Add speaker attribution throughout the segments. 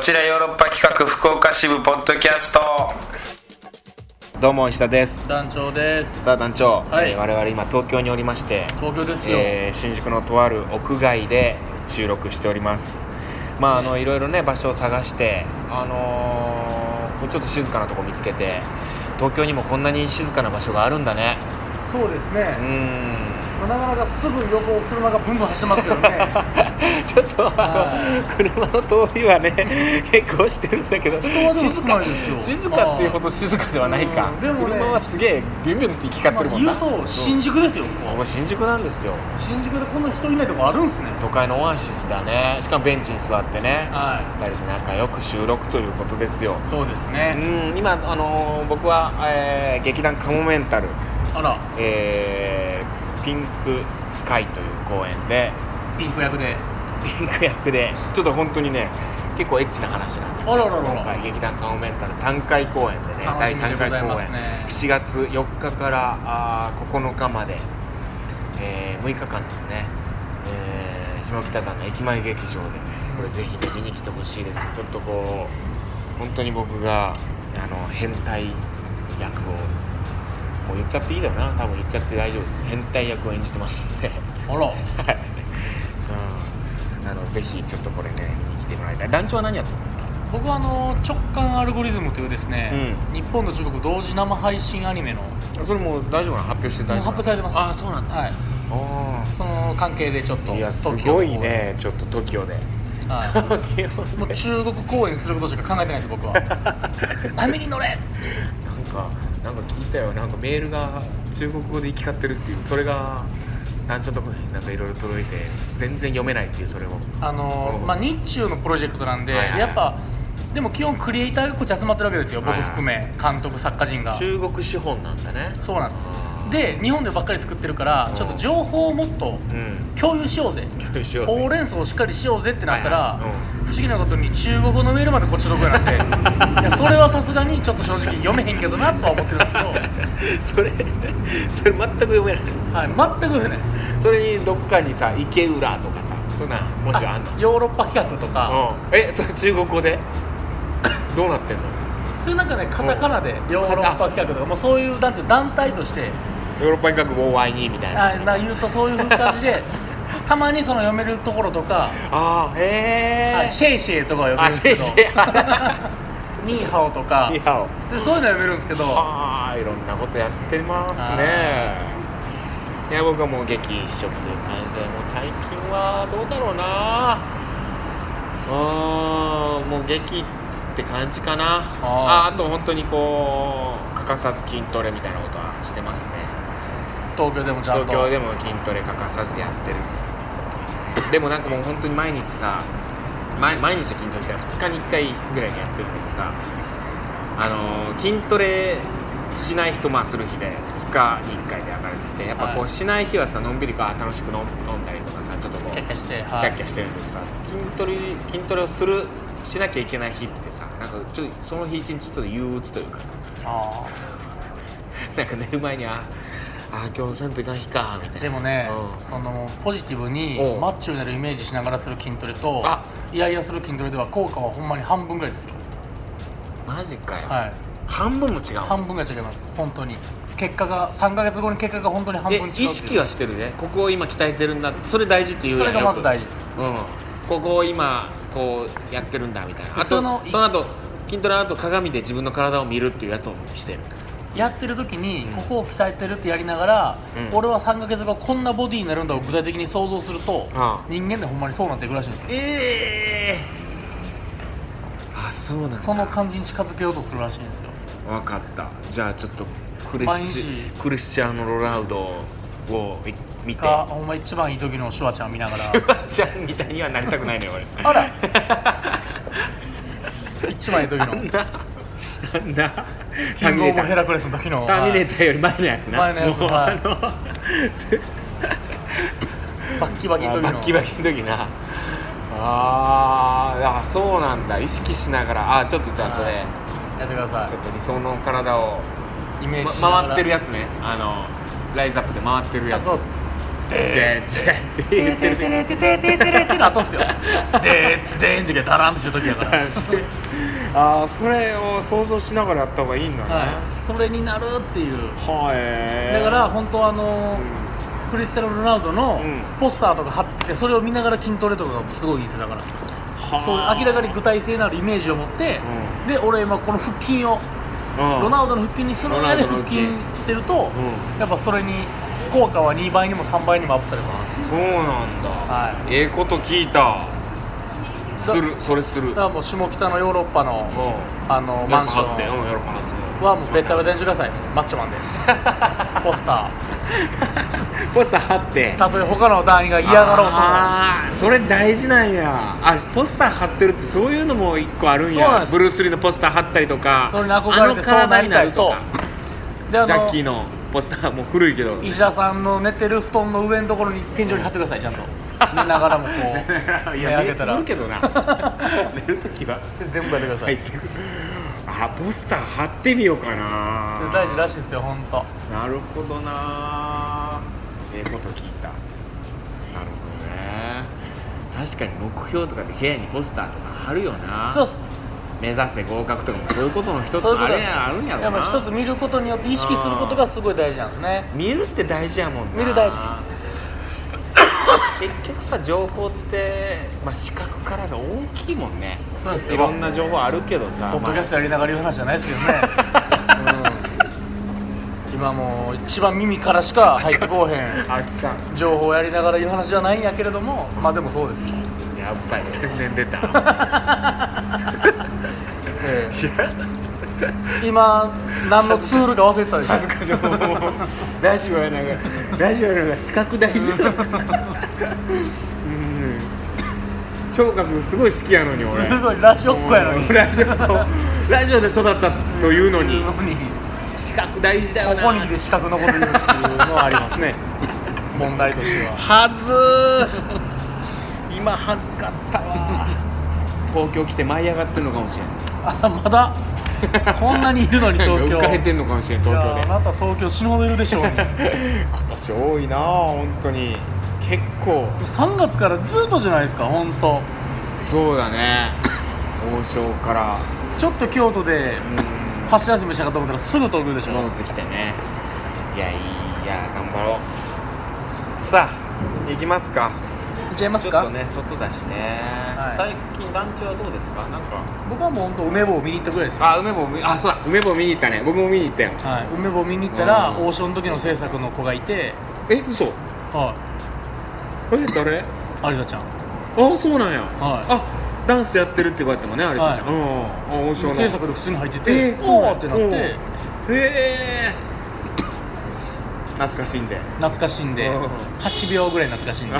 Speaker 1: ちらヨーロッパ企画福岡支部ポッドキャストどうも石田です
Speaker 2: 団長です
Speaker 1: さあ団長、
Speaker 2: はい
Speaker 1: えー我々今東京におりまして、
Speaker 2: 東京ですよ、
Speaker 1: えー新宿のとある屋外で収録しておりますまああのいろいろね場所を探してあのーこうちょっと静かなとこ見つけて東京にもこんなに静かな場所があるんだね
Speaker 2: そうです
Speaker 1: う
Speaker 2: ね、
Speaker 1: ん
Speaker 2: まあなかなかすぐ横を車がブンブン走ってますけどね
Speaker 1: ちょっとあ
Speaker 2: は
Speaker 1: の車の通りはね結構してるんだけど
Speaker 2: で も
Speaker 1: 静
Speaker 2: 少な
Speaker 1: か
Speaker 2: いですよ
Speaker 1: 静かっていうほど静かではないか
Speaker 2: うんでもね
Speaker 1: 車はすげえビュンビュンって行き交ってるもんな
Speaker 2: まあ言うと新宿ですよ
Speaker 1: こ
Speaker 2: こ
Speaker 1: こ
Speaker 2: こ
Speaker 1: 新宿なんですよ
Speaker 2: 新宿でこんな人いないとこあるんすね
Speaker 1: 都会のオアシスだねしかもベンチに座ってね
Speaker 2: は
Speaker 1: 2人で仲良く収録ということですよ
Speaker 2: いそうです
Speaker 1: う
Speaker 2: ね、
Speaker 1: ん今あのー僕は、えー劇団カモメンタル、
Speaker 2: あら
Speaker 1: えーピンクスカイという公演で
Speaker 2: ピンク役で
Speaker 1: ピンク役でちょっと本当にね結構エッチな話なんですよ
Speaker 2: あらららら
Speaker 1: 今回劇団カモメンタル3回公演でね
Speaker 2: 楽
Speaker 1: 第
Speaker 2: しみで
Speaker 1: 3
Speaker 2: ご
Speaker 1: 回
Speaker 2: ざいま
Speaker 1: 公演
Speaker 2: すね
Speaker 1: 7月4日からあー9日まで、えー6日間ですね、えー下北沢の駅前劇場でこれぜひね見に来てほしいですちょっとこう本当に僕があの変態役をもう言っちゃっていいだよな多分言っちゃって大丈夫です変態役を演じてますんで
Speaker 2: あら
Speaker 1: はい、うん、あのぜひちょっとこれね見に来てもらいたい団長は何やってるの
Speaker 2: 僕はあの直感アルゴリズムというですね、
Speaker 1: う
Speaker 2: 日本と中国同時生配信アニメの
Speaker 1: それもう大丈夫なの発表して
Speaker 2: もう発表されてます
Speaker 1: ああそうなんだ
Speaker 2: はい
Speaker 1: あ
Speaker 2: その関係でちょっと
Speaker 1: あいやす
Speaker 2: TOKIO
Speaker 1: ごいねちょっと TOKIO で
Speaker 2: はいもう中国公演することしか考えてないです僕は 波に乗れ
Speaker 1: なんかなんか聞いたよなんかメールが中国語で行き交ってるっていうそれが団長のとこになんかいろいろ届いて全然読めないっていうそれを
Speaker 2: あの
Speaker 1: うん
Speaker 2: まあ、日中のプロジェクトなんで、
Speaker 1: はいはいはい
Speaker 2: やっぱでも基本クリエイターがこっち集まってるわけですよ僕
Speaker 1: はいはい
Speaker 2: 含め、監督作家陣が
Speaker 1: 中国資本なんだね
Speaker 2: そうなんです
Speaker 1: あー
Speaker 2: で日本でばっかり作ってるから
Speaker 1: うん
Speaker 2: ちょっと情報をもっと
Speaker 1: うん
Speaker 2: 共有しようぜほうれん草をしっかりしようぜってなったら、
Speaker 1: はいはい
Speaker 2: 不思議なことに中国語のメールまでこっちの声 なんでいやそれはさすがにちょっと正直読めへんけどなとは思ってるんです け
Speaker 1: それそれ全く読めない
Speaker 2: ど、はい、全く読めないです
Speaker 1: それにどっかにさ池浦とかさそんなんもしあんの
Speaker 2: ヨーロッパ企画とか、
Speaker 1: うんえそれ中国 語でどうなってんの
Speaker 2: そういうなんかねカタカナでヨーロッパ企画とかもうそういうなんていう団体として
Speaker 1: ヨーロッパに書く OIE みたいな
Speaker 2: あな言うとそういう感じで たまにその読めるところとか、
Speaker 1: あーへ
Speaker 2: は
Speaker 1: え
Speaker 2: いシェイシェイとかは読めるんですけど
Speaker 1: あシェイシ
Speaker 2: ニーハオとか
Speaker 1: いや
Speaker 2: でそういうのは読めるんですけどは
Speaker 1: はあいろんなことやってますねいや僕はもう劇一色という感じでもう最近はどうだろうなうーんもう劇って感じかなあ
Speaker 2: あ
Speaker 1: あと本当にこう欠かさず筋トレみたいなことはしてますね
Speaker 2: 東京でもちゃん
Speaker 1: 東
Speaker 2: と
Speaker 1: 京でも筋トレ欠かさずやってるでもなんかもう本当に毎日さ毎毎日は筋トレしたら2日に1回ぐらいにやってるんだけどさあのー筋トレしない人まあする日で2日に1回で上がれててやっぱこ
Speaker 2: は
Speaker 1: う
Speaker 2: い
Speaker 1: しない日はさのんびりこう楽しく飲ん飲んだりとかさちょっとこう
Speaker 2: キャッキャして
Speaker 1: キ
Speaker 2: は
Speaker 1: ャッキ
Speaker 2: い
Speaker 1: ャしてるけどさ筋トレ筋トレをするしなきゃいけない日ってさなんかちょっとその日一日ちょっと憂鬱というかさ
Speaker 2: あ
Speaker 1: なんか寝る前にああ今日せんといかん日かみたい
Speaker 2: ー
Speaker 1: な
Speaker 2: でもね
Speaker 1: うん
Speaker 2: そのポジティブに
Speaker 1: おう
Speaker 2: マッチョになるイメージしながらする筋トレと
Speaker 1: あ
Speaker 2: いやいやする筋トレでは効果はほんまに半分ぐらいですよ
Speaker 1: マジかよ、
Speaker 2: はい
Speaker 1: 半分も違うの
Speaker 2: 半分ぐらい違います本当に結果が3か月後に結果が本当に半
Speaker 1: で
Speaker 2: 分違
Speaker 1: 意
Speaker 2: うっていう
Speaker 1: 識はしてるねここを今鍛えてるんだそれ大事っていう
Speaker 2: それがまず大
Speaker 1: 事
Speaker 2: 事です
Speaker 1: うんここを今こうやってるんだみたいな
Speaker 2: で
Speaker 1: あとそ
Speaker 2: そ
Speaker 1: の
Speaker 2: の
Speaker 1: 後筋トレの後鏡で自分の体を見るっていうやつをしてる
Speaker 2: やってる時に
Speaker 1: うん
Speaker 2: ここを鍛えてるってやりながら、
Speaker 1: うん
Speaker 2: 俺は3ヶ月後こんなボディになるんだを具体的に想像すると、
Speaker 1: ああ
Speaker 2: 人間ってほんまにそうなっていくらしいんですよ
Speaker 1: ええあそうなんだ
Speaker 2: その感じに近づけようとするらしいんですよ
Speaker 1: 分かったじゃあちょっとクリ
Speaker 2: 毎
Speaker 1: スチ
Speaker 2: 日
Speaker 1: クリスチャーノ・ロナウドをい見て
Speaker 2: がほんま一番いい時のシュワちゃん見なが
Speaker 1: シュワちゃんみたいにはなりたくないのよ俺
Speaker 2: らあら一番いい時
Speaker 1: あん
Speaker 2: の
Speaker 1: なあんな
Speaker 2: キングオブヘラクレスの時の
Speaker 1: ターミネー
Speaker 2: は
Speaker 1: ターより前のやつな
Speaker 2: 前のやつ
Speaker 1: もう
Speaker 2: は
Speaker 1: あ
Speaker 2: い
Speaker 1: のず
Speaker 2: いバッキバキの時の
Speaker 1: バッキバキの時なあーあそうなんだ意識しながらあちょっとじゃあそ
Speaker 2: は
Speaker 1: れ
Speaker 2: いやってくださ
Speaker 1: ちょっと理想の体を、
Speaker 2: いイメージしな
Speaker 1: ま
Speaker 2: がら
Speaker 1: 回ってるやつねあのライズアップで回ってるや
Speaker 2: あ
Speaker 1: つ
Speaker 2: そうっす
Speaker 1: で
Speaker 2: で
Speaker 1: ーつって
Speaker 2: て
Speaker 1: 言
Speaker 2: れ
Speaker 1: って
Speaker 2: て
Speaker 1: る
Speaker 2: れてれてれてれての後っすよでーつでーんってダランってしてる時やか
Speaker 1: から
Speaker 2: ら
Speaker 1: してああそれを想像しながらやった方がいいんだね
Speaker 2: はいそれになるっていう
Speaker 1: はえ
Speaker 2: だから本当あのクリスティアーノ・ロナウドの
Speaker 1: うん
Speaker 2: ポスターとか貼ってそれを見ながら筋トレとかがすごいいいんですよだからそう明らかに具体性のあるイメージを持って、
Speaker 1: う
Speaker 2: で俺今この腹筋をロ
Speaker 1: ロ
Speaker 2: ナ
Speaker 1: ウ
Speaker 2: ウドの腹筋にする上で
Speaker 1: ロナウド
Speaker 2: 腹
Speaker 1: の
Speaker 2: 筋してると、
Speaker 1: う
Speaker 2: やっぱそれに効果は2倍にも3倍にもアップされます
Speaker 1: そうなんだ、
Speaker 2: は
Speaker 1: ええこと聞いたするそれする
Speaker 2: だからもう下北のヨーロッパの、
Speaker 1: う
Speaker 2: あの
Speaker 1: ん
Speaker 2: マンショ
Speaker 1: ヨーロッパ発
Speaker 2: ン
Speaker 1: でうんヨーロッパ発で
Speaker 2: はもうベッタベタにしてくださいマッチョマ ンでポスタ
Speaker 1: ポスター貼って
Speaker 2: ーたとえ他の団員が嫌がろうとも
Speaker 1: あーそれ大事なんやあポスター貼ってるってそういうのも一個あるん
Speaker 2: そうなん
Speaker 1: や
Speaker 2: です
Speaker 1: ブルース・リーのポスター貼ったりとか
Speaker 2: それに憧れて
Speaker 1: あの
Speaker 2: そうな
Speaker 1: 体
Speaker 2: り
Speaker 1: に
Speaker 2: た
Speaker 1: ないると
Speaker 2: と
Speaker 1: か
Speaker 2: であ
Speaker 1: ジャッキー
Speaker 2: の
Speaker 1: のポスターもう古いけど
Speaker 2: 石田さんの寝てる布団の上のところに天井に貼ってくださいちゃんと寝ながらもこう
Speaker 1: い
Speaker 2: 目
Speaker 1: や
Speaker 2: 開
Speaker 1: 目
Speaker 2: け
Speaker 1: つ
Speaker 2: た
Speaker 1: ぶ
Speaker 2: ら
Speaker 1: るけどな寝るときは
Speaker 2: 全部やってくださ
Speaker 1: 入
Speaker 2: い
Speaker 1: ってくるあポスター貼ってみようかな
Speaker 2: 大事らしいですよ本当。
Speaker 1: なるほどなええこと聞いたなるほどね確かに目標とかで部屋にポスターとか貼るよな
Speaker 2: そうっす
Speaker 1: 目指して合格とかもそういうことの一つ
Speaker 2: そういうこ
Speaker 1: あ
Speaker 2: と
Speaker 1: れ
Speaker 2: です
Speaker 1: やあるんや
Speaker 2: や
Speaker 1: ろ
Speaker 2: っぱ
Speaker 1: な
Speaker 2: 一つ見ることによって意識することがすごい大事なんですね
Speaker 1: 見るって大事やもんな
Speaker 2: 見る大事
Speaker 1: 結局さ情報って、まあ、視覚からが大きいもんね
Speaker 2: そうですよ
Speaker 1: いろんな情報あるけどさ
Speaker 2: ポッドキ ャストやりながら言う話じゃないですけどね、 うん、今もう一番耳からしか入ってこうへん
Speaker 1: まああかん
Speaker 2: 情報をやりながら言う話じゃないんやけれどもまあでもそうです、
Speaker 1: やっぱり天然 出た
Speaker 2: ええ今何のツールか忘れてたでしょ
Speaker 1: 恥ずかしいもうラジオやなんかラジオやなんか視覚大事だうん聴覚すごい好きやのに俺
Speaker 2: すごいラジオっ子やのに
Speaker 1: うんラジオラジオで育ったというのに
Speaker 2: のに
Speaker 1: 視覚大事だ
Speaker 2: こ
Speaker 1: よな
Speaker 2: こにで資格のこと言うっていうのはありますね 問題としては
Speaker 1: はずー今恥ずかったわ東京来て舞い上がってんのかもしれん
Speaker 2: あまだこんなにいる のに東京
Speaker 1: 浮かれてんのかもしれん東京
Speaker 2: いやあなた東京死ぬほどいるでしょう、ね、
Speaker 1: で今年多いなあ本当に結構
Speaker 2: 3月からずっとじゃないですか本当
Speaker 1: そうだね王将から
Speaker 2: ちょっと京都で
Speaker 1: うん
Speaker 2: 箸休めしたかと思ったらすぐ東京でしょ
Speaker 1: 戻ってきてねいやいいいや頑張ろうさあ行きますか
Speaker 2: 行っちゃいます
Speaker 1: ちょっ
Speaker 2: か、
Speaker 1: とね外だしね、
Speaker 2: はい
Speaker 1: 最近ランチはどうですかなんか
Speaker 2: 僕はもう本当梅坊見に行ったぐらいですよ
Speaker 1: あ梅棒見あそうだ梅棒見に行ったね僕も見に行ったよ
Speaker 2: はい、梅坊見に行ったら
Speaker 1: うん
Speaker 2: 王将の時の制作の子がいて
Speaker 1: え嘘
Speaker 2: は
Speaker 1: え誰
Speaker 2: い有田ちゃ
Speaker 1: あ
Speaker 2: ん
Speaker 1: そうなんや、あダンスやってるって言われてもねあれ
Speaker 2: はい
Speaker 1: ちゃん、うんうんあ王将の
Speaker 2: 制作で普通に入ってて、
Speaker 1: えー、なん
Speaker 2: おおー
Speaker 1: や
Speaker 2: ってなって
Speaker 1: うんえー、懐かしいんで
Speaker 2: 懐かしいんで
Speaker 1: うん
Speaker 2: 8秒ぐらい懐かしいんで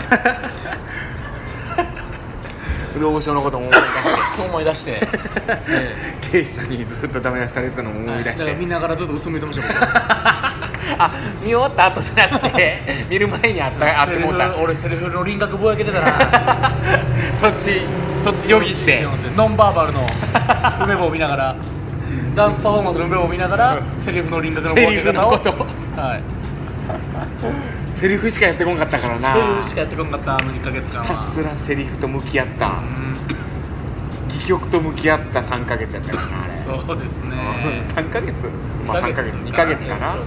Speaker 1: 王将のことも思い出
Speaker 2: 思い 出して、 え
Speaker 1: して刑事さんにずっとダメ出しされてたのも
Speaker 2: え
Speaker 1: 思い出して、
Speaker 2: はいだから見ながらずっとうつむいてました僕
Speaker 1: あ見終わった後じゃなくて見る前にあったあってもうた
Speaker 2: 俺セルフの輪郭ぼやけてたな
Speaker 1: そっちそっち よぎって
Speaker 2: ノンバーバ ルの梅棒を見ながらダンスパフォーマンスの梅棒を見ながらセリフの輪郭のぼ
Speaker 1: セリ
Speaker 2: やけ
Speaker 1: フ
Speaker 2: 方
Speaker 1: の
Speaker 2: を
Speaker 1: こと
Speaker 2: はい、
Speaker 1: セリフしかやってこんかったからな
Speaker 2: セリフしかやってこなかったあの2ヶ月間
Speaker 1: ひたす
Speaker 2: は
Speaker 1: らセリフと向き合った
Speaker 2: う
Speaker 1: 戯曲と向き合った3ヶ月やったからなあれ
Speaker 2: んそうで すね
Speaker 1: 3ヶ月まあ3ヶ月2ヶ月かな
Speaker 2: そう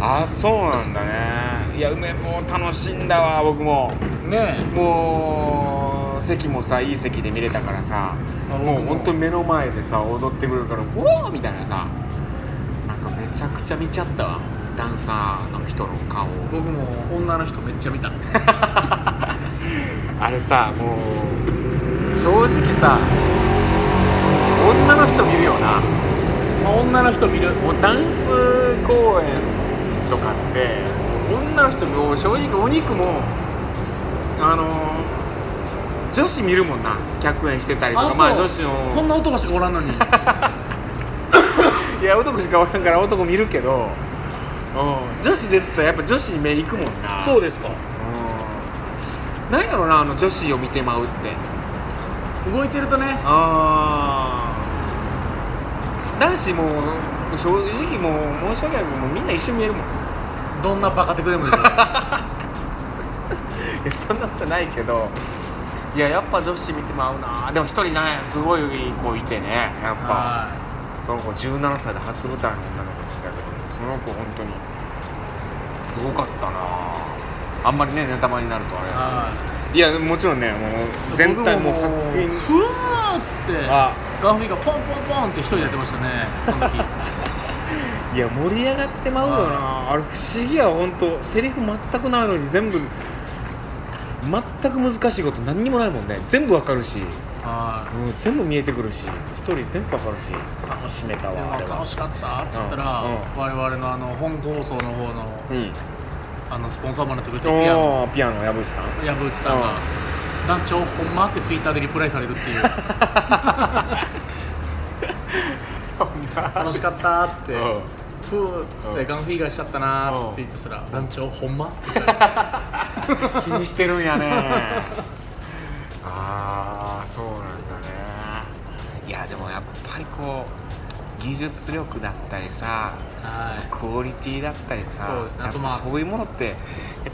Speaker 1: あーあそうなんだねいや梅もう楽しんだわ僕も
Speaker 2: ね
Speaker 1: もう席もさいい席で見れたからさ
Speaker 2: あ
Speaker 1: もう
Speaker 2: 僕も
Speaker 1: 本当に目の前でさ踊ってくるからうわーみたいなさなんかめちゃくちゃ見ちゃったわダンサーの人の顔
Speaker 2: え僕も女の人めっちゃ見た
Speaker 1: あれさもう正直さ女の人見るよな
Speaker 2: まあ女の人見る
Speaker 1: もうダンス公演とかって女の人もう正直お肉もあのー女子見るもんな客演してたりとかまあ
Speaker 2: そう
Speaker 1: 女子の
Speaker 2: こんな男しかおらん のに
Speaker 1: いや男しかおらんから男見るけど、うん、女子出てたらやっぱ女子に目いくもんな
Speaker 2: そう
Speaker 1: で
Speaker 2: ですか
Speaker 1: なんやろなあの女子を見てまうって
Speaker 2: 動いてるとね
Speaker 1: ああ男子もう正直もう申し訳ないけどもうみんな一緒に見えるもん
Speaker 2: どんなバカテクでもいいで
Speaker 1: い
Speaker 2: す
Speaker 1: やそんなことないけどいややっぱ女子見ても合うなでも一人ねすごい子いてねやっぱ
Speaker 3: は
Speaker 1: その子17歳で初舞台の女の子来たけどその子本当にすごかったなあんまりねネタバレになるとあれ
Speaker 3: い
Speaker 1: や
Speaker 3: はい
Speaker 1: やもちろんねもう全体もう作品
Speaker 2: 僕ももうふわーっつって
Speaker 1: あ
Speaker 2: ガンフィがポンポンポンって一人でやってましたねその 時
Speaker 1: いや盛り上がってまうよなあれ不思議や本当セリフ全くないのに全部全く難しいこと何にもないもんね全部わかるし、
Speaker 2: は
Speaker 1: うん、全部見えてくるしストーリー全部わかるし楽しめた
Speaker 2: いで
Speaker 1: わあれ
Speaker 2: も
Speaker 1: は
Speaker 2: 楽しかったっつった
Speaker 1: う
Speaker 2: ら、
Speaker 1: んうん
Speaker 2: 我々のあの本放送の方の
Speaker 1: うん
Speaker 2: あのスポンサーもらってくれてるピアノ
Speaker 1: おーピアノ矢吹さん
Speaker 2: 藪内さんが「団長ほんま?」ってツイッターでリプライされるって いう楽しかったっつって
Speaker 1: うん
Speaker 2: 「ふう」っつっ
Speaker 1: う
Speaker 2: て
Speaker 1: ん
Speaker 2: ガンフィーガーしちゃったなーっ
Speaker 1: うん
Speaker 2: てツイートしたら「団長ほんま?」って
Speaker 1: 気にしてるんやね ああそうなんだねいやでもやっぱりこう技術力だったりさ
Speaker 2: はい
Speaker 1: クオリティだったりさ
Speaker 2: そうですね
Speaker 1: やっぱ
Speaker 2: あとまあ
Speaker 1: そういうものってやっ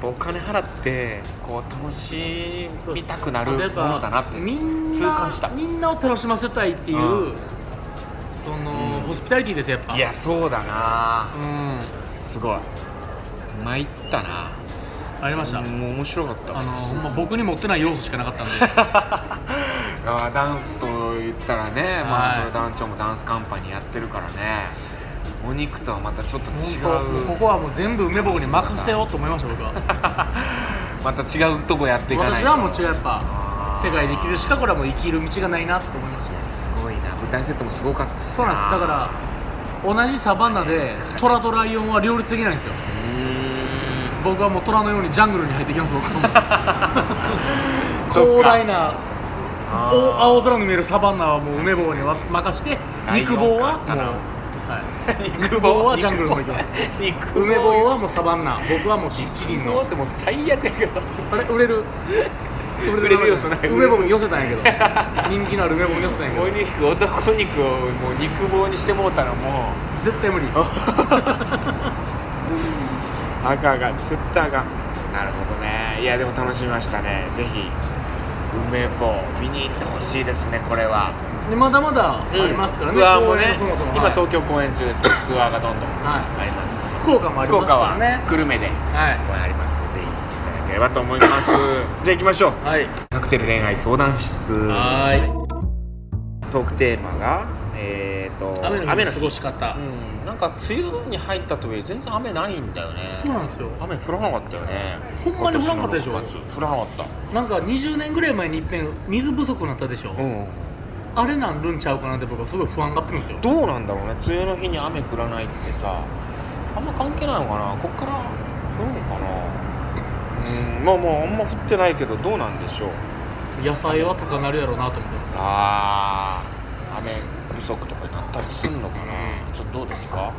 Speaker 1: ぱお金払ってこう楽しみたくなるも
Speaker 2: 例えば
Speaker 1: のだなって
Speaker 2: みんな
Speaker 1: 痛感した
Speaker 2: みんなを楽しませたいっていう、
Speaker 1: うん
Speaker 2: そ
Speaker 1: うん
Speaker 2: のホスピタリティですよやっぱ
Speaker 1: いやそうだな
Speaker 2: うん
Speaker 1: すごい参ったな
Speaker 2: ありました、
Speaker 1: もう面白かった
Speaker 2: あ のほんま僕に持ってない要素しかなかったんで
Speaker 1: あーダンスと言ったらね、まあ、
Speaker 2: はい
Speaker 1: それ団長もダンスカンパニーやってるからねお肉とはまたちょっと 違
Speaker 2: 本当もうこ
Speaker 1: う
Speaker 2: こはもう全部梅坊に任せようと思いました僕は
Speaker 1: また違うとこやっていかない
Speaker 2: 私
Speaker 1: と
Speaker 2: はもちろんやっ
Speaker 1: あ
Speaker 2: ぱ
Speaker 1: ー
Speaker 2: 世界で生きるしかこれはもう生きる道がないなと思いまし
Speaker 1: すごいな舞台セットもすごかったした
Speaker 2: そうなんですだから同じサバンナでトラとライオンは両立できないんですよ
Speaker 1: うー
Speaker 2: 僕はもう虎のようにジャングルに入ってきます僕は
Speaker 1: そっか
Speaker 2: もう広大な
Speaker 1: あー
Speaker 2: お 青空の見えるサバンナはもう梅棒にわ任して
Speaker 1: ライオン
Speaker 2: 肉棒は
Speaker 1: か
Speaker 2: もう、
Speaker 1: な
Speaker 2: はい、
Speaker 1: ん
Speaker 2: 肉棒はジャングルの方行きます
Speaker 1: 肉棒
Speaker 2: 梅棒はもうサバンナ僕はもう七輪
Speaker 1: 肉棒
Speaker 2: の
Speaker 1: ってもう最悪やけど
Speaker 2: あれ売れる
Speaker 1: 売れる要素ない
Speaker 2: 梅棒に寄せたんやけど人気のある梅棒に寄せたんやけ
Speaker 1: お
Speaker 2: ど
Speaker 1: 肉男肉をもう肉棒にしてもうたらもう
Speaker 2: 絶対無理
Speaker 1: 赤が絶対赤なるほどねいやでも楽しみましたねぜひ梅棒見に行ってほしいですねこれは
Speaker 2: でまだまだありますからね、
Speaker 1: ツアーもね
Speaker 2: そもそも
Speaker 1: 今
Speaker 2: はい
Speaker 1: 東京公演中ですけどツアーがどんどん
Speaker 2: は
Speaker 1: ありますし
Speaker 2: い、福岡もあり
Speaker 1: 福
Speaker 2: ます
Speaker 1: 岡
Speaker 2: から
Speaker 1: は
Speaker 2: ね
Speaker 1: 久留米で
Speaker 2: は
Speaker 1: 公演ありますのでぜひ行っていただければと思いますじゃあ行きましょう
Speaker 2: いはい
Speaker 1: カクテル恋愛相談室
Speaker 2: は
Speaker 1: トークテーマがえっ、ー、と
Speaker 2: ーい雨の日の過
Speaker 1: 日
Speaker 2: ごし方、
Speaker 1: うんなんか梅雨に入ったとはいえ全然雨ないんだよね
Speaker 2: そうなんですよ
Speaker 1: 雨降らなかったよね
Speaker 2: ほんまに降らなかったでしょ
Speaker 1: 今年の六月降らなかった
Speaker 2: なんか20年ぐらい前にいっぺん水不足になったでしょ、
Speaker 1: うん、
Speaker 2: あれなんるんちゃうかなって僕はすごい不安がってるんですよ
Speaker 1: どうなんだろうね梅雨の日に雨降らないってさあんま関係ないのかなこっから降るのかなうんまあまああんま降ってないけどどうなんでしょう
Speaker 2: 野菜は高なるやろうなと思ってます
Speaker 1: ああ雨不足とかになったりするのかなちょっとどうですか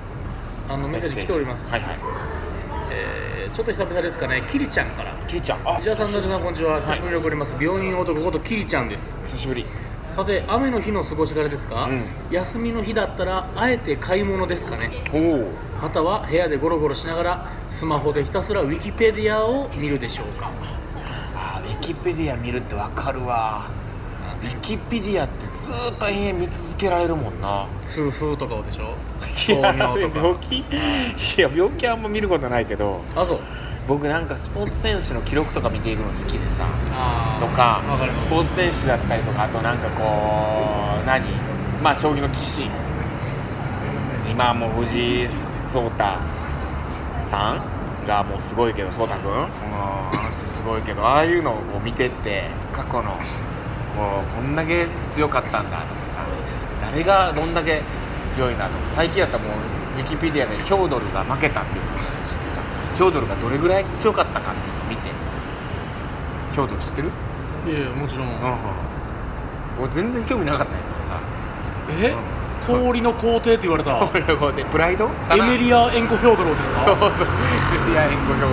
Speaker 2: あのメッセージ来ております、
Speaker 1: はいはい
Speaker 2: えーちょっと久々ですかねキリちゃんから
Speaker 1: キリちゃんあ
Speaker 2: 石田さん、野島さん、こんにちは。久しぶりに送ります。病院男ことキリちゃんです。
Speaker 1: 久しぶり
Speaker 2: さて、雨の日の過ごし方ですか、
Speaker 1: うん
Speaker 2: 休みの日だったら、あえて買い物ですかね。
Speaker 1: おお
Speaker 2: または部屋でゴロゴロしながら、スマホでひたすらウィキペディアを見るでしょうか。
Speaker 1: あーウィキペディア見るってわかるわウィキペディアってずーっと延々見続けられるもんな
Speaker 2: 痛風とかをでしょ
Speaker 1: い
Speaker 2: 糖
Speaker 1: や
Speaker 2: 尿とか。
Speaker 1: 病気いや病気あんま見ることないけど
Speaker 2: あ、そう。
Speaker 1: 僕なんかスポーツ選手の記録とか見ていくの好きでさ
Speaker 2: あ
Speaker 1: とか
Speaker 2: わかります
Speaker 1: ス。ポーツ選手だったりとかあとなんかこう何まあ将棋の棋士今はもう藤井聡太さんがもうすごいけど聡太君うんあの人すごいけどああいうのをこう見てって過去のこうこんだけ強かったんだとかさ誰がどんだけ強いなとか最近だったらもうウィキペディアでヒョードルが負けたっていうのを知ってさヒョードルがどれぐらい強かったかっていうのを見てヒョードル知ってる
Speaker 2: いやいや、もちろん。
Speaker 1: 俺全然興味なかったんやけど さ
Speaker 2: え氷の皇帝って言われ た。
Speaker 1: 俺の方でプライド
Speaker 2: エメリア・エンコ・ヒョードローです
Speaker 1: アエ
Speaker 2: か
Speaker 1: メリアエンコヒョード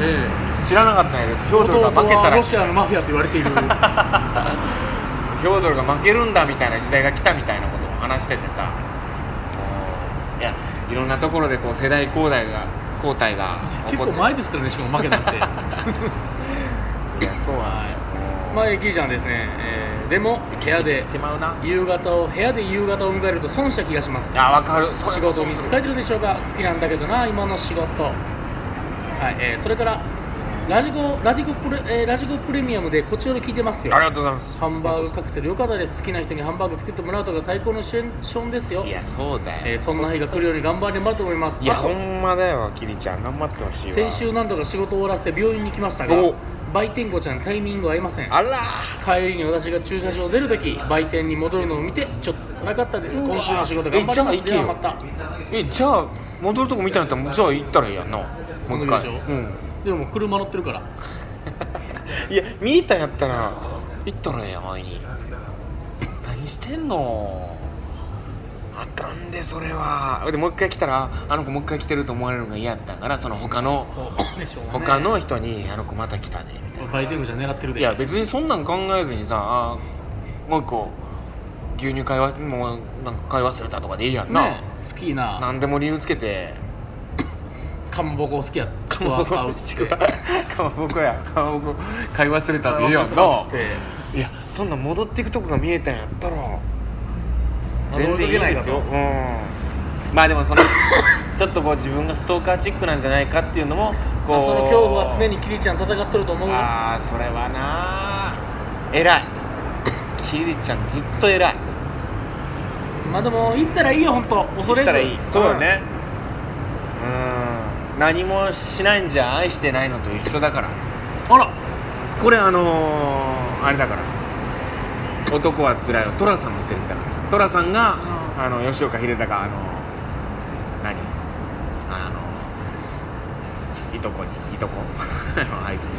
Speaker 2: ええ。
Speaker 1: ル知らなかったんやけどヒョードル
Speaker 2: 弟
Speaker 1: が負けた
Speaker 2: は
Speaker 1: ら
Speaker 2: ロ
Speaker 1: ヒ
Speaker 2: シアのマフィアって言われ ている。
Speaker 1: ョードルが負けるんだみたいな時代が来たみたいなことを話しててさもういやいろんなところでこう世代交代が交代が起
Speaker 2: 結
Speaker 1: こっ
Speaker 2: 構
Speaker 1: て
Speaker 2: 前ですからねしかも負けなんて
Speaker 1: いやそうなんだよ
Speaker 2: まあ駅じゃんですね、えーでもケアで
Speaker 3: 手間うな
Speaker 2: 夕方を部屋で夕方を迎えると損した気がします
Speaker 1: あわかるそれ
Speaker 2: 仕事を見つかれてるでしょうか好きなんだけどな今の仕事はい、えーそれからラジコラディコプレ、えーラジコプレミアムでこっちより聞いてますよ
Speaker 1: ありがとうございます
Speaker 2: ハンバーグカクテルよかったです好きな人にハンバーグ作ってもらうとか最高のシチュエーションですよ
Speaker 1: いやそうだよ、
Speaker 2: えーそんな日が来るように頑張ればと思います
Speaker 1: いや
Speaker 2: あと
Speaker 1: ほんまだよキリちゃん頑張ってほしいわ
Speaker 2: 先週何とか仕事を終わらせて病院に来ましたが
Speaker 1: お
Speaker 2: 売店子ちゃんタイミング合いません
Speaker 1: あら
Speaker 2: 帰りに私が駐車場を出るとき売店に戻るのを見てちょっと辛かったです今週の仕事頑張りま
Speaker 1: え
Speaker 2: す
Speaker 1: じゃあ行けよ
Speaker 2: ではまた
Speaker 1: えじゃあ戻るとこ見たんやったらじゃあ行ったらいいやんなもう一
Speaker 2: その
Speaker 1: 回
Speaker 2: でしょ
Speaker 1: うん
Speaker 2: でももう車乗ってるから
Speaker 1: いや見えたんやったら行ったらええやん会いに何してんのあかんでそれはでもう一回来たらあの子もう一回来てると思われるのが嫌やったんからその他の
Speaker 2: そうでしょうね
Speaker 1: 他の人に「あの子また来たね」みたい
Speaker 2: 売店口は狙ってる
Speaker 1: な
Speaker 2: で
Speaker 1: いや別にそんなん考えずにさあーもう一個牛乳買いわもうなんか買い忘れたとかでいいやんな、
Speaker 2: ねえ好きな
Speaker 1: 何でも理由つけて
Speaker 2: かまぼこ好きやちくわ買うっつって
Speaker 1: かまぼこやかまぼこ買い忘れたでいいやん
Speaker 2: 買い忘れた
Speaker 1: な
Speaker 2: っつって
Speaker 1: いやそんなん戻っていくとこが見えたんやったら
Speaker 2: まあ
Speaker 1: 全然いいですよ、うん、まあでもその ちょっとこう自分がストーカーチックなんじゃないかっていうのもこう
Speaker 2: その恐怖は常にキリちゃん戦っとると思うよ
Speaker 1: ああそれはな偉いキリちゃんずっと偉い
Speaker 2: まあでも行ったらいいよ本当恐
Speaker 1: 言
Speaker 2: れず
Speaker 1: ったらいいそうよねうん何もしないんじゃ愛してないのと一緒だから
Speaker 2: うんあら
Speaker 1: これあのーあれだから「男はつらいよ」寅さんのセリフだから寅さんが、
Speaker 2: ん
Speaker 1: あの吉岡秀隆あの何あのいとこにいとこ あのあいつに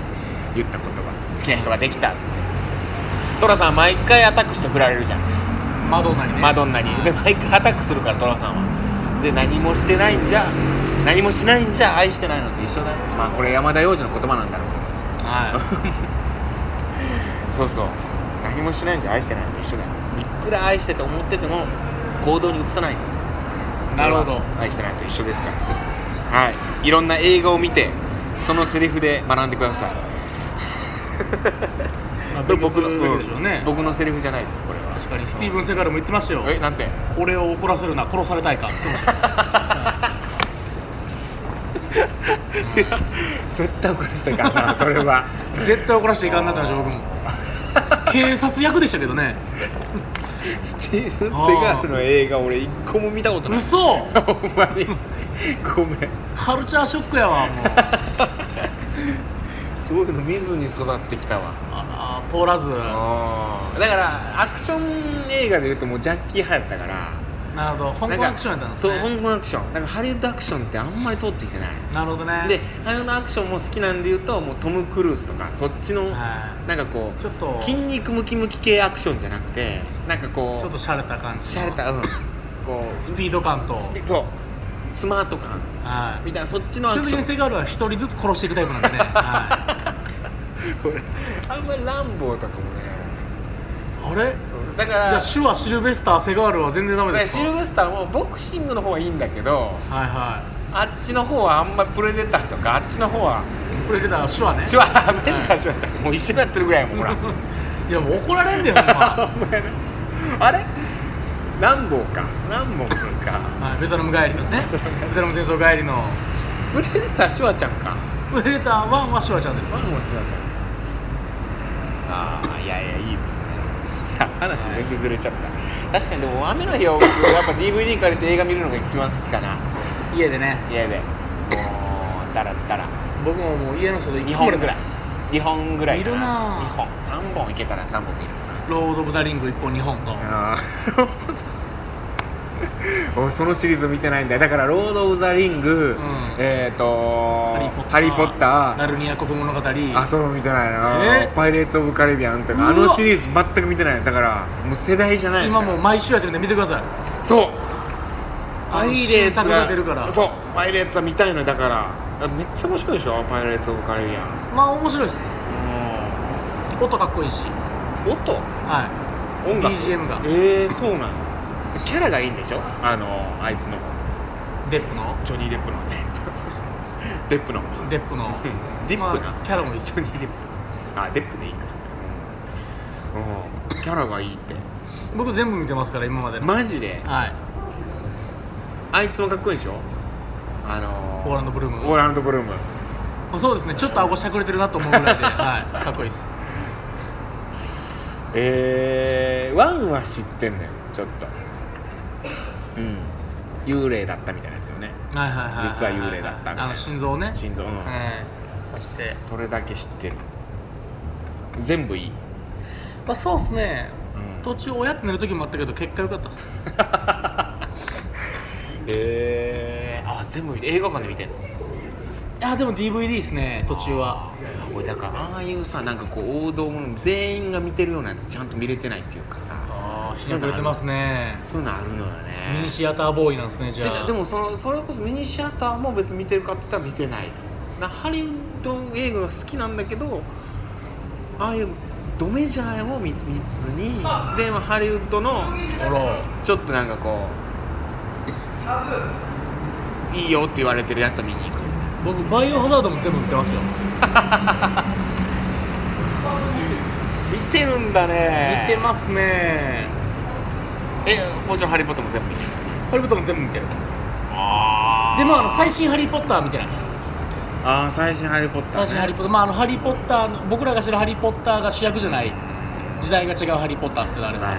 Speaker 1: 言った言葉好きな人ができたっつって寅さんは毎回アタックして振られるじゃん
Speaker 2: マドンナにね
Speaker 1: マドンナ
Speaker 2: う
Speaker 1: に
Speaker 2: ん
Speaker 1: で毎回アタックするから寅さんはで何もしてないんじゃ何もしないんじゃ愛してないのと一緒だよまあこれ山田洋次の言葉なんだろう
Speaker 2: は
Speaker 1: そうそう何もしないんじゃ愛してないのと一緒だよいくら愛してて思ってても行動に移さないと
Speaker 2: いなるほど
Speaker 1: 愛してないと一緒ですから はいいろんな映画を見てそのセリフで学んでください
Speaker 2: まあ
Speaker 1: これ僕の、
Speaker 2: 勉強するべきでしょうね
Speaker 1: うん僕のセリフじゃないですこれは
Speaker 2: 確かにスティーブン・セガールも言ってましたよ
Speaker 1: えなんて
Speaker 2: 俺を怒らせるな殺されたいかって言ってま
Speaker 1: 絶
Speaker 2: したよ
Speaker 1: 対怒らしたい からなそれは
Speaker 2: うん絶対怒らしていかんなったな僕も 警察役でしたけどね
Speaker 1: スティーブン・セガールの映画俺一個も見たことない
Speaker 2: 嘘
Speaker 1: ほ んまにごめん
Speaker 2: カルチャーショックやわもう
Speaker 1: そういうの見ずに育ってきたわ
Speaker 2: あら通らず
Speaker 1: だからアクション映画でいうともうジャッキー派やったから
Speaker 2: なるほど香
Speaker 1: なん
Speaker 2: 港
Speaker 1: か
Speaker 2: アクションやったんです
Speaker 1: そう
Speaker 2: ね
Speaker 1: 香港アクションなんかハリウッドアクションってあんまり通ってきてない
Speaker 2: なるほどね
Speaker 1: でハリウッドアクションも好きなんでいうともうトム・クルーズとかそっちのなんか
Speaker 2: は
Speaker 1: こ
Speaker 2: いうちょっと
Speaker 1: 筋肉ムキムキ系アクションじゃなくてなんかこう
Speaker 2: ちょっとシャレた感じの
Speaker 1: しゃれたうんこ
Speaker 2: スピード感と
Speaker 1: うスピそうスマート感
Speaker 2: はい
Speaker 1: みたいなそっちの
Speaker 2: 基
Speaker 1: ア
Speaker 2: 本
Speaker 1: ク
Speaker 2: 的
Speaker 1: ショ
Speaker 2: に
Speaker 1: ン
Speaker 2: セガールは一人ずつ殺していくタイプなんでね、は
Speaker 1: これあんまりランボーとかもね
Speaker 2: い、あれ
Speaker 1: だから
Speaker 2: じゃあ手話シルベスターセガールは全然ダメですか
Speaker 1: シルベスターもボクシングの方はいいんだけど
Speaker 2: はいは
Speaker 1: あっちの方はあんまプレデターとかあっちの方はい
Speaker 2: プレデター手話ね
Speaker 1: シュワーメンターシュワちゃんもう一緒になってるぐらいやもんほら
Speaker 2: いやもう怒られんだよほんま
Speaker 1: あれランボーかランボー君か
Speaker 2: はい、ベトナム帰りの ねベトナム戦争帰りの
Speaker 1: プレデターシュワちゃんか
Speaker 2: プレデター1はシュワちゃんです
Speaker 1: ランボーシュワちゃんかああいやいやいいですね さあ話全然ずれちゃった確かにでも雨の日は僕やっぱ DVD 借りて映画見るのが一番好きかな
Speaker 2: 家でね
Speaker 1: 家でもうダラッダラ
Speaker 2: 僕ももう家の外
Speaker 1: 2
Speaker 2: 一
Speaker 1: 本ぐらい2本ぐらい
Speaker 2: 見るなぁ
Speaker 1: 2本3本いけたら3本見る
Speaker 2: ロード・オブ・ザ・リング1本2本と
Speaker 1: ああ 俺そのシリーズ見てないんだよだから「ロード・オブ・ザ・リング」
Speaker 2: ん
Speaker 1: えっ、ー、と「
Speaker 2: ハ
Speaker 1: ハ
Speaker 2: リ
Speaker 1: リ
Speaker 2: ー
Speaker 1: ー・ポ
Speaker 2: ポッ
Speaker 1: ッ
Speaker 2: タ
Speaker 1: タ
Speaker 2: ー
Speaker 1: ー」
Speaker 2: ナルニア国物語
Speaker 1: あそういうの見てないな、
Speaker 2: えー
Speaker 1: パイレーツ・オブ・カリビアン」とかあ
Speaker 2: う
Speaker 1: の
Speaker 2: わ
Speaker 1: シリーズ全く見てないだからもう世代じゃない
Speaker 2: 今もう毎週やってるんで見てください
Speaker 1: そう
Speaker 2: あ
Speaker 1: パ
Speaker 2: の
Speaker 1: イレー
Speaker 2: 新
Speaker 1: ツは
Speaker 2: 作が出るから
Speaker 1: そうパイレーツは見たいのだからあめっちゃ面白いでしょパイレーツ・オブ・カリビアン
Speaker 2: まあ面白いです音かっこいいし
Speaker 1: うん音
Speaker 2: は
Speaker 1: 音楽
Speaker 2: BGM が
Speaker 1: ええー、そうなんキャラがいいんでしょあのあいつの
Speaker 2: いデップの
Speaker 1: ジョニー・デップのデップの
Speaker 2: デップの
Speaker 1: デップな
Speaker 2: まあキャラも一緒に
Speaker 1: あデップでいいかうんキャラがいいって
Speaker 2: 僕全部見てますから今までの、
Speaker 1: マジで
Speaker 2: はい
Speaker 1: あいつもかっこいいでしょあの
Speaker 2: オーランドブルーム
Speaker 1: オーランドブルーム
Speaker 2: まあそうですねちょっと顎しゃくれてるなと思うぐ らいで、はい、かっこいいです
Speaker 1: えー、ワンは知ってんのよちょっとうん幽霊だったみたいなやつよね
Speaker 2: はいはいはいいいい
Speaker 1: 実は幽霊だったみたいな
Speaker 2: あの心臓ね
Speaker 1: 心臓、うん
Speaker 2: はいそして、
Speaker 1: それだけ知ってる全部いい、
Speaker 2: まあ、そうですね
Speaker 1: うん
Speaker 2: 途中親って寝る時もあったけど結果良かった っす
Speaker 1: えー、あ全部見て映画館で見てんの
Speaker 2: いやでも DVD ですね途中は
Speaker 1: 俺だからああいうさなんかこう王道もの全員が見てるようなやつちゃんと見れてないっていうかさ
Speaker 2: ああひねくれてますね
Speaker 1: そういうのあるのよね
Speaker 2: ミニシアターボーイなんですねじ
Speaker 1: じ
Speaker 2: ゃ
Speaker 1: ゃ
Speaker 2: あ
Speaker 1: でもそのそれこそミニシアターも別に見てるかって言ったら見てないなハリウッド映画が好きなんだけどああいうドメジャーも見見ずにで、まあ、ハリウッドの
Speaker 2: あら
Speaker 1: ちょっとなんかこういいよって言われてるやつは見に行く
Speaker 2: 僕バイオハザードも全部見てますよ
Speaker 1: 見てるんだね
Speaker 2: 見てますね
Speaker 1: えもちろん「ハリー・ポッター」も全部見てる
Speaker 2: ハリー・ポッターも全部見てる
Speaker 1: あ
Speaker 2: でもあの最新「ハリー・ポッター」みたいな
Speaker 1: ああ最新「ハリー・ポッター、
Speaker 2: 最新「ハリー・ポッター」まああの「ハリー・ポッターの」僕らが知る「ハリー・ポッター」が主役じゃない時代が違う「ハリー・ポッター」ですけどあれは、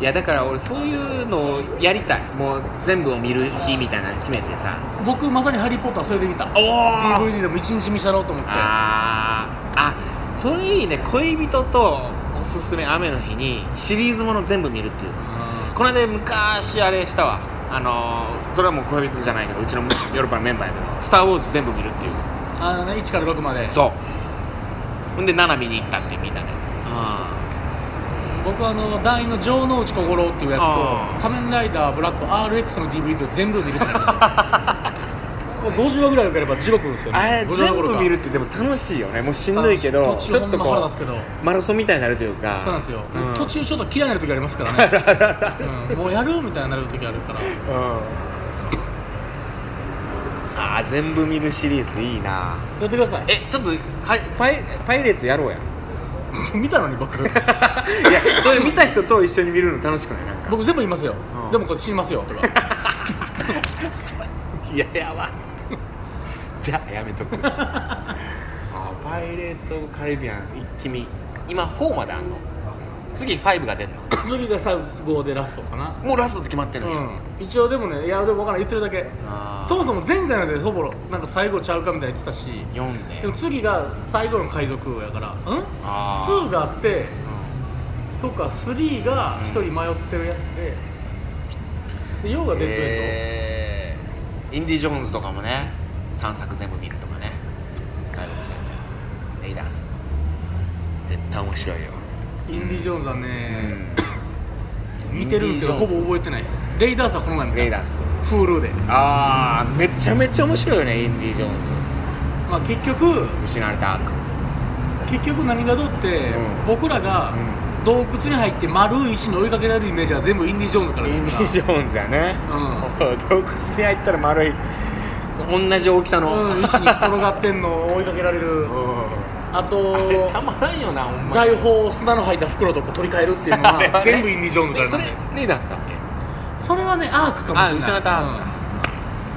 Speaker 1: いやだから俺そういうのをやりたいもう全部を見る日みたいなの決めてさ
Speaker 2: 僕まさに「ハリー・ポッター」それで見た
Speaker 1: おー
Speaker 2: DVD でも一日見せろうと思って
Speaker 1: あーあそれいいね恋人とおすすめ雨の日にシリーズもの全部見るっていうこの間昔あれしたわあのー、それはもう恋人じゃないけどうちのヨーロッパのメンバーやけど「スター・ウォーズ」全部見るっていう
Speaker 2: あのね1から6まで
Speaker 1: そうほんで7見に行ったってみんなであ
Speaker 2: 僕はあの団員の城之内小五郎っていうや
Speaker 1: あ
Speaker 2: つと「仮面ライダーブラック RX」の DVD を全部見るってなりましたこれ50話ぐらい抜ければ地獄ですよね
Speaker 1: あれ
Speaker 2: 50話
Speaker 1: 全
Speaker 2: どころ
Speaker 1: 部
Speaker 2: か
Speaker 1: 見るってでも楽しいよねもうしんどいけど
Speaker 2: 途
Speaker 1: ち
Speaker 2: 中
Speaker 1: ょ
Speaker 2: ほ
Speaker 1: っ
Speaker 2: ん
Speaker 1: と
Speaker 2: ま腹
Speaker 1: こ
Speaker 2: 出すけど
Speaker 1: うマラソンみたいになるというか
Speaker 2: そうなんですよ、
Speaker 1: うん
Speaker 2: 途中ちょっと嫌いになる時ありますからね、うん、もうやるみたいになる時あるから
Speaker 1: うんあー全部見るシリーズいいな
Speaker 2: やってください
Speaker 1: えちょっとはいパイパイレーツやろうや
Speaker 2: え 見たのに 僕
Speaker 1: いやそれ見た人と一緒に見るの楽しくないなんか
Speaker 2: 僕全部言いますよ、
Speaker 1: うん
Speaker 2: でもこれ死にますよとか
Speaker 1: いややばいじゃあやめとく あーパイレーツ・オブ・カリビアン一気見今4まであんの次5が出んの
Speaker 2: 次が最後でラストかな
Speaker 1: もうラストって決まってん
Speaker 2: う
Speaker 1: の、
Speaker 2: ん一応でもねいやでも分からん言ってるだけ
Speaker 1: あー
Speaker 2: そもそも前回なんてほぼなんか最後ちゃうかみたいな言ってたし
Speaker 1: 4
Speaker 2: でも
Speaker 1: ね
Speaker 2: 次が最後の海賊やからうん
Speaker 1: あー
Speaker 2: 2があってそっか3が1人迷ってるやつでで要がデッドエンド、
Speaker 1: えーインディ・ジョーンズとかもね3作全部見るとかね最後の先生レイダース絶対面白いよ、
Speaker 2: インディ・ジョーンズは
Speaker 1: う
Speaker 2: ね、
Speaker 1: ん、
Speaker 2: 見てるんですけど
Speaker 1: インディジョー
Speaker 2: ほ
Speaker 1: ンズ
Speaker 2: ぼ覚えてないですレイダースはこの前見た
Speaker 1: レイダース
Speaker 2: Hulu で、
Speaker 1: ああめちゃめちゃ面白いよねインディ・ジョーンズ
Speaker 2: まあ、結局
Speaker 1: 失われた悪
Speaker 2: 結局何がどうって、
Speaker 1: うん
Speaker 2: 僕らが
Speaker 1: う
Speaker 2: 洞窟に入って丸い石に追いかけられるイメージは全部インディ・ジョーンズからで
Speaker 1: イ
Speaker 2: す
Speaker 1: ンデ
Speaker 2: から
Speaker 1: ィ・ジョーンズやね、 洞窟に入ったら丸い同じ大きさの、
Speaker 2: うん、石に転がってんのを追いかけられるあ
Speaker 1: あれ
Speaker 2: と
Speaker 1: たまらんよなほんまに
Speaker 2: 財宝を砂の入った袋とこう取り替えるっていうの
Speaker 1: あれは
Speaker 2: は
Speaker 1: ね
Speaker 2: 全部インディ・ジョーンズから
Speaker 1: え
Speaker 2: な
Speaker 1: そ
Speaker 2: ん
Speaker 1: れ
Speaker 2: で
Speaker 1: レイダースだっけ
Speaker 2: それはねアークかもしれない
Speaker 1: あ失われたアーク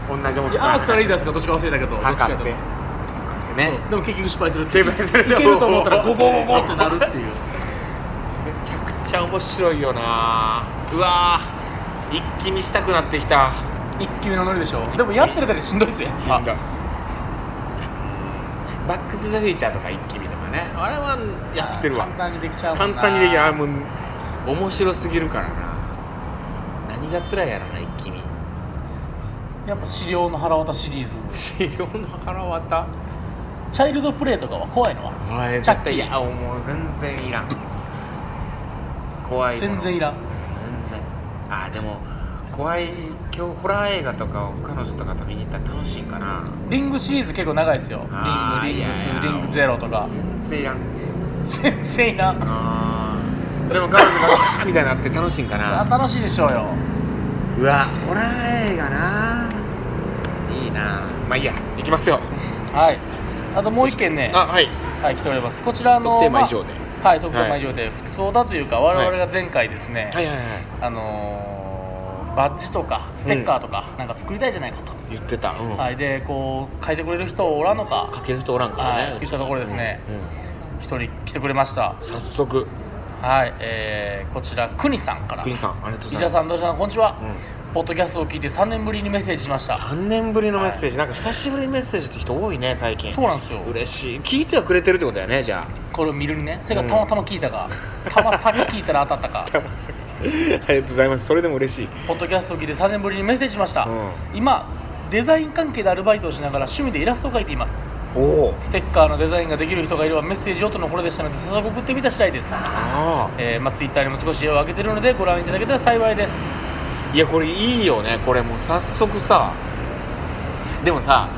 Speaker 1: 同じ
Speaker 2: う
Speaker 1: 大
Speaker 2: ん
Speaker 1: き
Speaker 2: いや
Speaker 1: さ
Speaker 2: アークからレイダースかどっちか忘れたけどどっちか
Speaker 1: 測
Speaker 2: や
Speaker 1: っ
Speaker 2: と
Speaker 1: て
Speaker 2: 思う
Speaker 1: ね
Speaker 2: そうでも結局失敗するっていう
Speaker 1: 失敗する
Speaker 2: いけると思ったらゴボゴボってなるっていう
Speaker 1: めちゃくちゃ面白いよなうわー一気見したくなってきた
Speaker 2: 一気見のノリでしょでもやってるだけでしんどいっすよ
Speaker 1: しんどいバック・トゥ・ザ・フューチャーとか一気見とかねあれはやってるわ
Speaker 2: 簡単にできちゃうもん
Speaker 1: 簡
Speaker 2: な
Speaker 1: 単にできるあれもう面白すぎるからな何が辛いやろな一気見
Speaker 2: やっぱ資料の腹渡シリーズ
Speaker 1: 資料の腹渡
Speaker 2: チャイルドプレイとかは怖いのは
Speaker 1: あ
Speaker 2: チャッキー
Speaker 1: いやもう全然いらん怖いもの
Speaker 2: 全然いらん
Speaker 1: 全然あーでも怖い今日ホラー映画とかを彼女とかと見に行ったら楽しいんかな
Speaker 2: リングシリーズ結構長いですよリング
Speaker 1: あー
Speaker 2: リング
Speaker 1: いやいや
Speaker 2: 2リング0とか
Speaker 1: 全然いらん
Speaker 2: 全然いらん
Speaker 1: あーでも彼女がみたいになって楽しいんかな
Speaker 2: 楽しいでしょうよ
Speaker 1: うわホラー映画ないいなまあいいや行きますよ
Speaker 2: はいあともう一件ね
Speaker 1: あはい
Speaker 2: はい来ておりますこちらの
Speaker 1: テーマ以上で、
Speaker 2: まあはい特典以上で、普通だというか我々が前回ですね、
Speaker 1: はいはいはい
Speaker 2: あのーバッジとかステッカーとか、なんか作りたいじゃないかと、
Speaker 1: 言ってた、うん
Speaker 2: はい、でこう書いてくれる人おらんのか
Speaker 1: かける人おらんからね、
Speaker 2: はいって言ったところですね
Speaker 1: うんうん
Speaker 2: 一人来てくれました
Speaker 1: 早速
Speaker 2: はい、えーこちらくにさんから
Speaker 1: 国さんありがとうご
Speaker 2: 石
Speaker 1: ざいま
Speaker 2: 田さ
Speaker 1: す
Speaker 2: んどうしたこんにちは、
Speaker 1: うん
Speaker 2: ポッドキャストを聞いて3年ぶりにメッセージしました
Speaker 1: 3年ぶりのメッセージ、なんか久しぶりにメッセージって人多いね最近
Speaker 2: そうなんですよ
Speaker 1: 嬉しい聞いてはくれてるってことだよね じゃ
Speaker 2: これを見るにねそれがたまたま聞い たか、たまさか聞いたら当たったか
Speaker 1: あありがとうございますそれでも嬉しい
Speaker 2: ポッドキャストを聞いて3年ぶりにメッセージしました、
Speaker 1: うん
Speaker 2: 今デザイン関係でアルバイトをしながら趣味でイラストを描いています
Speaker 1: おお
Speaker 2: ステッカーのデザインができる人がいればメッセージをとのことでしたので早速送ってみた次第です、
Speaker 1: あ
Speaker 2: えーまあ、Twitter にも少し絵を上げてるのでご覧いただけたら幸いです
Speaker 1: あいやこれいいよねこれもう早速さでもさ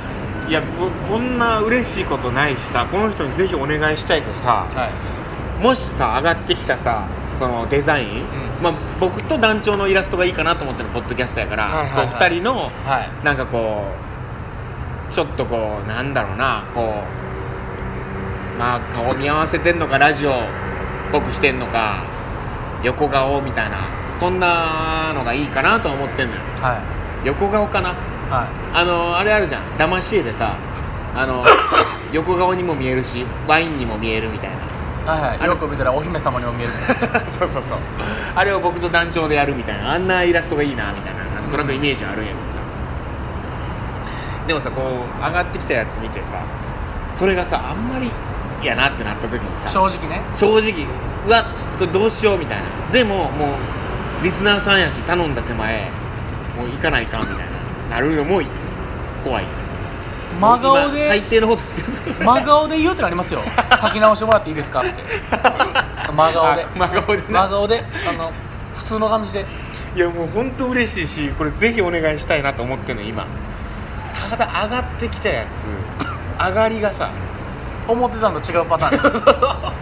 Speaker 1: いやここんな嬉しいことないしさこの人にぜひお願いしたいけどさ
Speaker 2: はい
Speaker 1: もしさ上がってきたさそのデザイン、まあ、僕と団長のイラストがいいかなと思ってるポッドキャストやから、
Speaker 2: はいはいはい
Speaker 1: こう二人の
Speaker 2: はい
Speaker 1: なんかこうちょっとこうなんだろうなこうまあ顔見合わせてんのかラジオっぽくしてんのか横顔みたいなそんなのがいいかなとは思ってんのよ
Speaker 2: は
Speaker 1: 横顔かない
Speaker 2: は
Speaker 1: あのあれあるじゃん騙し絵でさあの横顔にも見えるしワインにも見えるみたいな
Speaker 2: いはい
Speaker 1: あの
Speaker 2: よく見たらお姫様にも見える
Speaker 1: そうそうそうあれを僕と団長でやるみたいなあんなイラストがいいなみたいななんとなくイメージあるんやけどさでもさこう上がってきたやつ見てさそれがさあんまりやなってなった時にさ
Speaker 2: 正直ね
Speaker 1: 正直うわこれどうしようみたいなでももうリスナーさんやし頼んだ手前もう行かないかんみたいななるのも怖い
Speaker 2: 真顔
Speaker 1: 今最
Speaker 2: で
Speaker 1: 低のこと言ってる
Speaker 2: 真顔で言うってなりますよ書き直してもらっていいですかって 真顔
Speaker 1: あ
Speaker 2: で
Speaker 1: 真顔でね
Speaker 2: 真顔であの普通の感じで
Speaker 1: いやもう本当嬉しいしこれぜひお願いしたいなと思ってるの今ただ上がってきたやつ上がりがさ
Speaker 2: 思ってたのと違うパター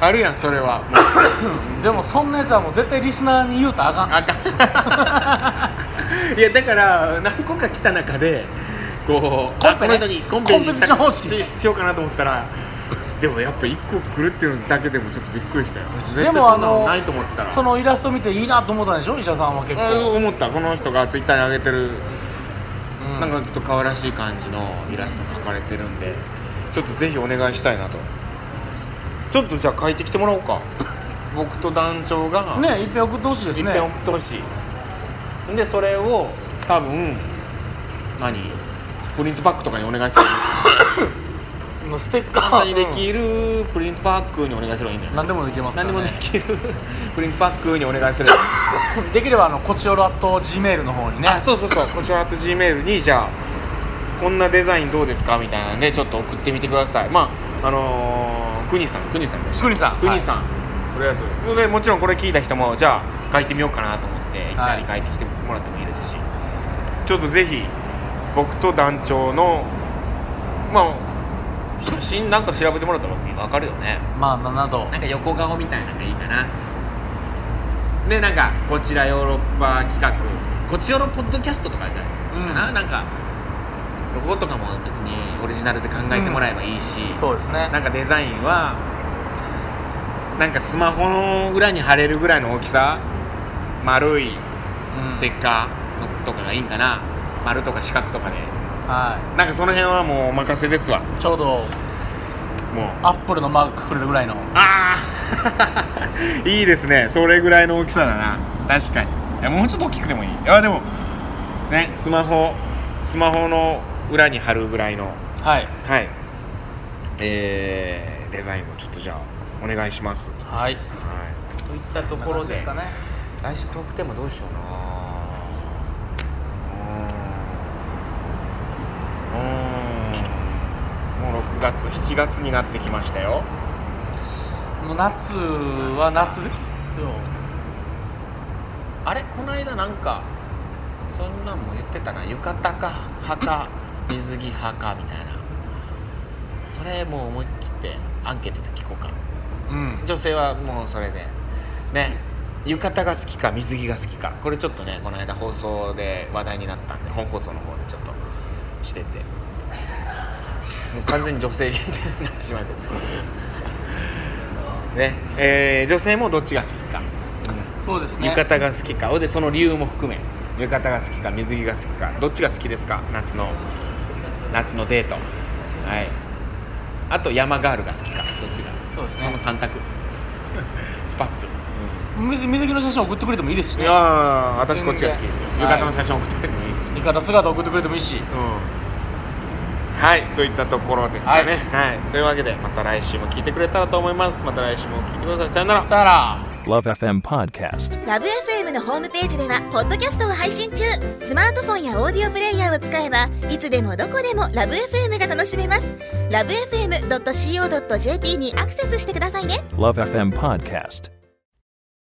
Speaker 1: あるやんそれはも
Speaker 2: ンでもそんなやつはもう絶対リスナーに言うとあかん
Speaker 1: あ かんいやだから何個か来た中でこう
Speaker 2: コン
Speaker 1: あこ
Speaker 2: ペね
Speaker 1: の人にコンペにした
Speaker 2: コンペしよう
Speaker 1: ししようかなと思ったらでもやっぱ1個来るっていうのだけでもちょっとびっくりしたよ絶
Speaker 2: で
Speaker 1: 対
Speaker 2: も
Speaker 1: そんな
Speaker 2: あの
Speaker 1: のないと思ってたら
Speaker 2: そのイラスト見ていいなと思ったんでしょ医者さんは結
Speaker 1: あ
Speaker 2: 構、
Speaker 1: 思ったこの人がツイッターに上げてる
Speaker 2: う
Speaker 1: なんかちょっと可愛らしい感じのイラスト描かれてるんでちょっとぜひお願いしたいなとちょっとじゃあ描いてきてもらおう か僕と団長が
Speaker 2: ねいっぺん送ってほしいで
Speaker 1: い
Speaker 2: す
Speaker 1: っ
Speaker 2: ね
Speaker 1: ぺん送ってほしいでそれを多分何プリントバッグとかにお願いする
Speaker 2: もうステッカー
Speaker 1: 簡単にできるプリントバッグにお願いすればいいんだよ
Speaker 2: うん何でもできますか
Speaker 1: 何
Speaker 2: ら
Speaker 1: で
Speaker 2: ね、
Speaker 1: もできるプリントバッグにお願いすれば
Speaker 2: できればあのこちおろあと G メールの方にね
Speaker 1: あそうそうそうこちらと G メールにじゃあこんなデザインどうですかみたいなんでちょっと送ってみてくださいまああのー、くにさんくにさんでした
Speaker 2: くにさん
Speaker 1: くにさん、お願いしますでもちろんこれ聞いた人もじゃあ書いてみようかなと思っていきなり書いてきてもらってもいいですし、ちょっとぜひ僕と団長のまあ写真なんか調べてもらったらわかるよね
Speaker 2: まあななど
Speaker 1: なんか横顔みたいなのがいいかなでなんかこちらヨーロッパ企画こちらのポッドキャストとかじゃないかな、
Speaker 2: うん
Speaker 1: なんかロゴとかも別にオリジナルで考えてもらえばいいし、
Speaker 2: そうですね
Speaker 1: なんかデザインはなんかスマホの裏に貼れるぐらいの大きさ丸い
Speaker 2: うん
Speaker 1: ステッカーのとかがいいんかな、丸とか四角とかで
Speaker 2: は
Speaker 1: なんかその辺はもうお任せですわ
Speaker 2: いちょうど
Speaker 1: もう
Speaker 2: アップルのマーク隠れるぐらいの
Speaker 1: ああ いいですねそれぐらいの大きさだな確かにいやもうちょっと大きくてもいいいやでもねスマホスマホの裏に貼るぐらいの
Speaker 2: はい
Speaker 1: はいえー、デザインをちょっとじゃあお願いします
Speaker 2: はい
Speaker 1: はい
Speaker 2: といったと
Speaker 1: ころで
Speaker 2: かね
Speaker 1: 来週トークテーマどうしようなうーんうーんもう6月7月になってきましたよ
Speaker 2: もう夏は夏ですよ
Speaker 1: あれこの間なんかそんなんも言ってたな浴衣か墓水着派かみたいなそれもう思い切ってアンケートで聞こうか
Speaker 2: うん
Speaker 1: 女性はもうそれでね浴衣が好きか水着が好きかこれちょっとねこの間放送で話題になったんで本放送の方でちょっとしててもう完全に女性限定になって しまうけどねえー女性もどっちが好きか、
Speaker 3: そうですね
Speaker 1: 浴衣が好きかでその理由も含め浴衣が好きか水着が好きかどっちが好きですか夏の夏のデートはいあと山ガールが好きかどっちが
Speaker 3: そうですね
Speaker 1: その3択 スパッツ
Speaker 3: 水水着の写真送ってくれてもいいですし
Speaker 1: い
Speaker 3: ね
Speaker 1: やー私こっちが好きですよ
Speaker 3: 全然
Speaker 1: 浴衣の写真送ってくれてもいいし、
Speaker 3: 浴衣姿送ってくれてもいいし
Speaker 1: はいといったところですかね、はいというわけでまた来週も聞いてくれたらと思いますまた来週も聞いてくださいさよなら
Speaker 3: さよなら
Speaker 4: Love FM Podcast.
Speaker 5: ラブ f m のホームページではポッドキャストを配信中スマートフォンやオーディオプレイヤーを使えばいつでもどこでもラブ f m が楽しめますラブ FM.co.jp にアクセスしてくださいね
Speaker 4: Love FM Podcast.